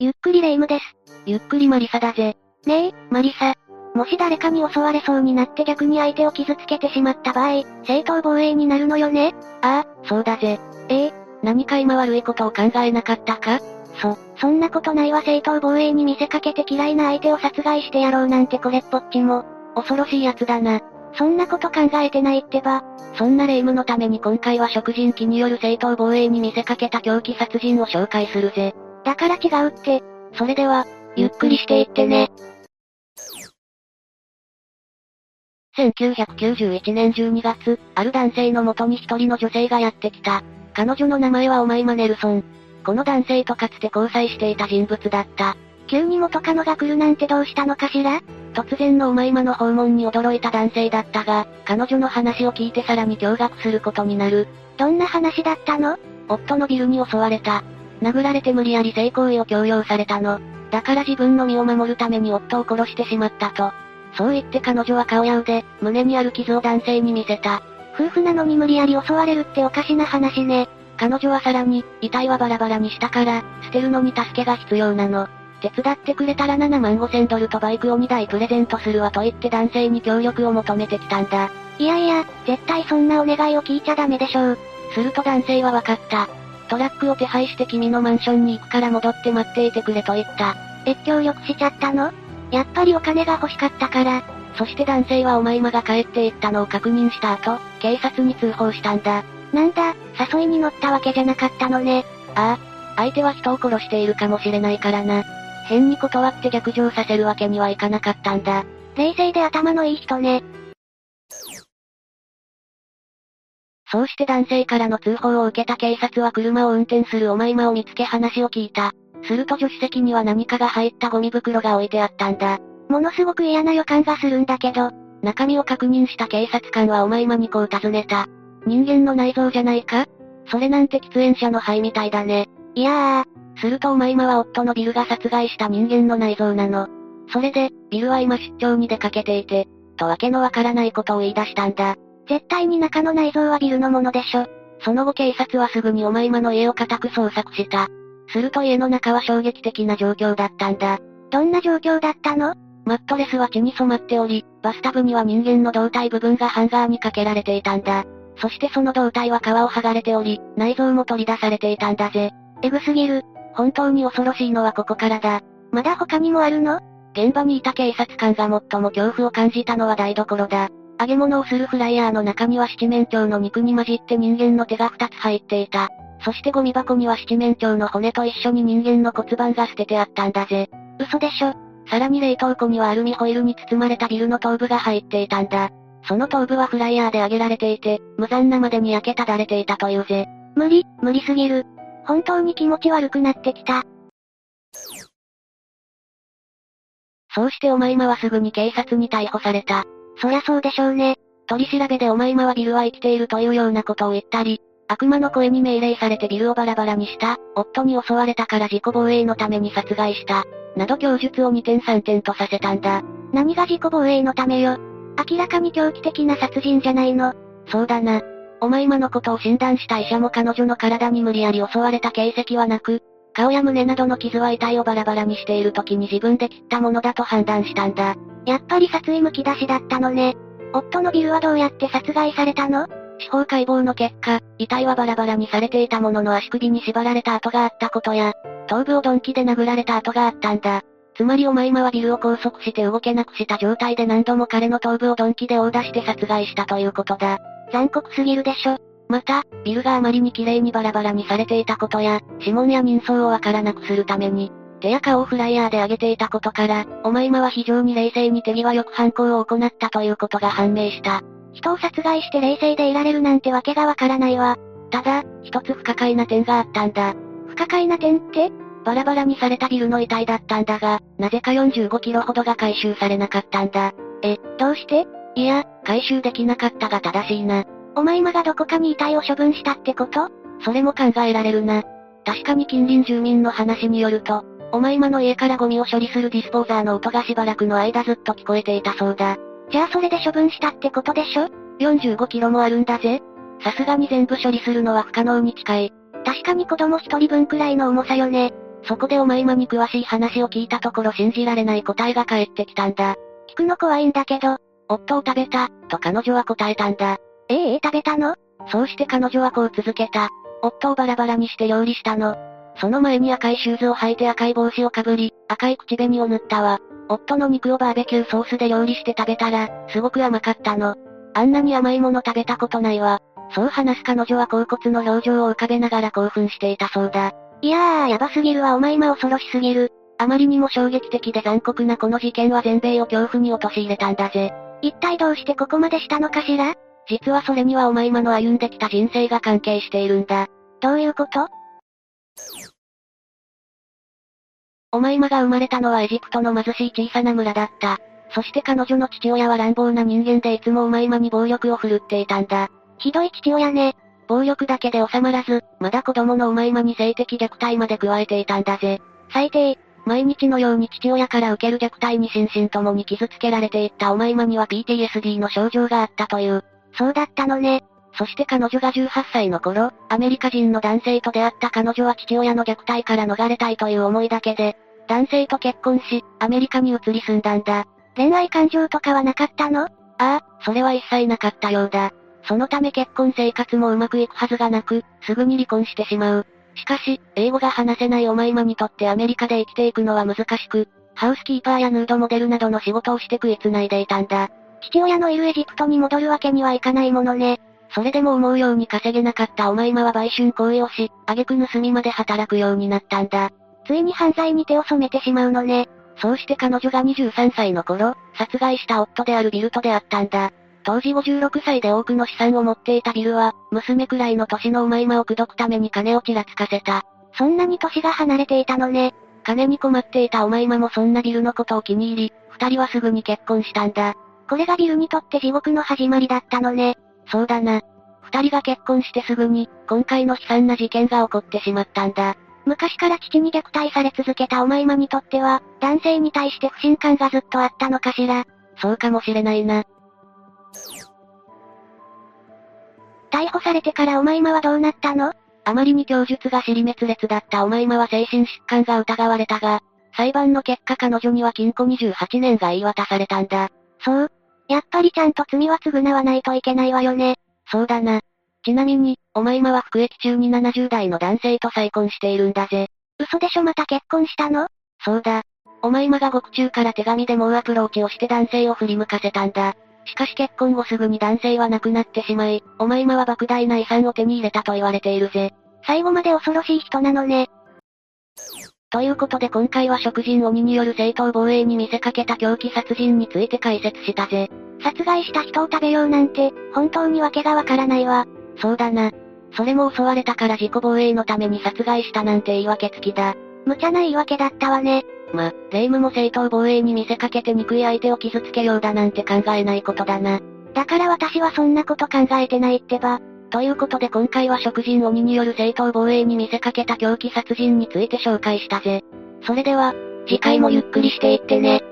ゆっくりレ夢ムです。ゆっくりマリサだぜ。ねえ、マリサ。もし誰かに襲われそうになって逆に相手を傷つけてしまった場合、正当防衛になるのよねああ、そうだぜ。ええ、何か今悪いことを考えなかったかそ、そんなことないわ正当防衛に見せかけて嫌いな相手を殺害してやろうなんてこれっぽっちも。恐ろしい奴だな。そんなこと考えてないってば。そんな霊夢のために今回は食人鬼による正当防衛に見せかけた狂気殺人を紹介するぜ。だから違うって。それでは、ゆっくりしていってね。1991年12月、ある男性の元に一人の女性がやってきた。彼女の名前はオマイマネルソン。この男性とかつて交際していた人物だった。急に元カノが来るなんてどうしたのかしら突然のおまいまの訪問に驚いた男性だったが、彼女の話を聞いてさらに驚愕することになる。どんな話だったの夫のビルに襲われた。殴られて無理やり性行為を強要されたの。だから自分の身を守るために夫を殺してしまったと。そう言って彼女は顔や腕、胸にある傷を男性に見せた。夫婦なのに無理やり襲われるっておかしな話ね。彼女はさらに、遺体はバラバラにしたから、捨てるのに助けが必要なの。手伝ってくれたら7万5千ドルとバイクを2台プレゼントするわと言って男性に協力を求めてきたんだ。いやいや、絶対そんなお願いを聞いちゃダメでしょう。すると男性は分かった。トラックを手配して君のマンションに行くから戻って待っていてくれと言った。え、協力しちゃったのやっぱりお金が欲しかったから、そして男性はお前まが帰っていったのを確認した後、警察に通報したんだ。なんだ、誘いに乗ったわけじゃなかったのね。ああ、相手は人を殺しているかもしれないからな。変に断って逆上させるわけにはいかなかったんだ。冷静で頭のいい人ね。そうして男性からの通報を受けた警察は車を運転するお前まを見つけ話を聞いた。すると助手席には何かが入ったゴミ袋が置いてあったんだ。ものすごく嫌な予感がするんだけど、中身を確認した警察官はお前まにこう尋ねた。人間の内臓じゃないかそれなんて喫煙者の肺みたいだね。いやするとお前まは夫のビルが殺害した人間の内臓なの。それで、ビルは今出張に出かけていて、とわけのわからないことを言い出したんだ。ー、絶対に中の内臓はビルのものでしょ。その後警察はすぐにお前まの家を家宅捜索した。すると家の中は衝撃的な状況だったんだ。どんな状況だったのマットレスは血に染まっており、バスタブには人間の胴体部分がハンガーにかけられていたんだ。そしてその胴体は皮を剥がれており、内臓も取り出されていたんだぜ。えぐすぎる。本当に恐ろしいのはここからだ。まだ他にもあるの現場にいた警察官が最も恐怖を感じたのは台所だ。揚げ物をするフライヤーの中には七面鳥の肉に混じって人間の手が2つ入っていた。そしてゴミ箱には七面鳥の骨と一緒に人間の骨盤が捨ててあったんだぜ。嘘でしょ。さらに冷凍庫にはアルミホイルに包まれたビルの頭部が入っていたんだ。その頭部はフライヤーで揚げられていて、無残なまでに焼けただれていたというぜ。無理、無理すぎる。本当に気持ち悪くなってきた。そうしてお前まはすぐに警察に逮捕された。そりゃそうでしょうね。取り調べでお前まはビルは生きているというようなことを言ったり、悪魔の声に命令されてビルをバラバラにした、夫に襲われたから自己防衛のために殺害した、など供述を二点三点とさせたんだ。何が自己防衛のためよ。明らかに狂気的な殺人じゃないの。そうだな。お前まのことを診断した医者も彼女の体に無理やり襲われた形跡はなく、顔や胸などの傷は遺体をバラバラにしている時に自分で切ったものだと判断したんだ。やっぱり殺意むき出しだったのね。夫のビルはどうやって殺害されたの司法解剖の結果、遺体はバラバラにされていたものの足首に縛られた跡があったことや、頭部を鈍器で殴られた跡があったんだ。つまりお前まはビルを拘束して動けなくした状態で何度も彼の頭部を鈍器で殴打して殺害したということだ。残酷すぎるでしょ。また、ビルがあまりに綺麗にバラバラにされていたことや、指紋や人相をわからなくするために、手や顔をフライヤーで上げていたことから、お前まは非常に冷静に手際よく犯行を行ったということが判明した。人を殺害して冷静でいられるなんてわけがわからないわ。ただ、一つ不可解な点があったんだ。不可解な点ってバラバラにされたビルの遺体だったんだが、なぜか45キロほどが回収されなかったんだ。どうしていや、回収できなかったが正しいな。お前まがどこかに遺体を処分したってことそれも考えられるな。確かに近隣住民の話によると、お前まの家からゴミを処理するディスポーザーの音がしばらくの間ずっと聞こえていたそうだ。じゃあそれで処分したってことでしょ45キロもあるんだぜ。さすがに全部処理するのは不可能に近い。確かに子供一人分くらいの重さよね。そこでお前今に詳しい話を聞いたところ信じられない答えが返ってきたんだ。聞くの怖いんだけど、夫を食べた、と彼女は答えたんだ。ええええ食べたのそうして彼女はこう続けた。夫をバラバラにして料理したの。その前に赤いシューズを履いて赤い帽子をかぶり、赤い口紅を塗ったわ。夫の肉をバーベキューソースで料理して食べたら、すごく甘かったの。あんなに甘いもの食べたことないわ。そう話す彼女は甲骨の表情を浮かべながら興奮していたそうだ。いやー、やばすぎるわお前今恐ろしすぎる。あまりにも衝撃的で残酷なこの事件は全米を恐怖に陥れたんだぜ。一体どうしてここまでしたのかしら実はそれにはお前今の歩んできた人生が関係しているんだ。どういうことお前今が生まれたのはエジプトの貧しい小さな村だった。そして彼女の父親は乱暴な人間でいつもお前今に暴力を振るっていたんだ。ひどい父親ね。暴力だけで収まらず、まだ子供のお前間に性的虐待まで加えていたんだぜ。最低。毎日のように父親から受ける虐待に心身ともに傷つけられていったお前間には PTSD の症状があったという。そうだったのね。そして彼女が18歳の頃、アメリカ人の男性と出会った彼女は父親の虐待から逃れたいという思いだけで、男性と結婚し、アメリカに移り住んだんだ。恋愛感情とかはなかったのああ、それは一切なかったようだ。そのため結婚生活もうまくいくはずがなく、すぐに離婚してしまう。しかし、英語が話せないお前今にとってアメリカで生きていくのは難しく、ハウスキーパーやヌードモデルなどの仕事をして食いつないでいたんだ。父親のいるエジプトに戻るわけにはいかないものね。それでも思うように稼げなかったお前今は売春行為をし、挙句盗みまで働くようになったんだ。ついに犯罪に手を染めてしまうのね。そうして彼女が23歳の頃、殺害した夫であるビルと出会ったんだ。当時56歳で多くの資産を持っていたビルは、娘くらいの年のうまい間を口説くために金をちらつかせた。そんなに年が離れていたのね。金に困っていたおまいまもそんなビルのことを気に入り、二人はすぐに結婚したんだ。これがビルにとって地獄の始まりだったのね。そうだな。二人が結婚してすぐに、今回の悲惨な事件が起こってしまったんだ。昔から父に虐待され続けたおまいまにとっては、男性に対して不信感がずっとあったのかしら。そうかもしれないな。逮捕されてからお前今はどうなったのあまりに供述が尻滅裂だったお前今は精神疾患が疑われたが、裁判の結果彼女には禁錮28年が言い渡されたんだ。そう。やっぱりちゃんと罪は償わないといけないわよね。そうだな。ちなみに、お前今は服役中に70代の男性と再婚しているんだぜ。嘘でしょまた結婚したのそうだ。お前今が獄中から手紙でもうアプローチをして男性を振り向かせたんだ。しかし結婚後すぐに男性は亡くなってしまい、お前今は莫大な遺産を手に入れたと言われているぜ。最後まで恐ろしい人なのね。ということで今回は食人鬼による正当防衛に見せかけた狂気殺人について解説したぜ。殺害した人を食べようなんて、本当に訳がわからないわ。そうだな。それも襲われたから自己防衛のために殺害したなんて言い訳付きだ。無茶な言い訳だったわね。ま、霊夢も正当防衛に見せかけて憎い相手を傷つけようだなんて考えないことだな。だから私はそんなこと考えてないってば。ということで今回は食人鬼による正当防衛に見せかけた狂気殺人について紹介したぜ。それでは、次回もゆっくりしていってね。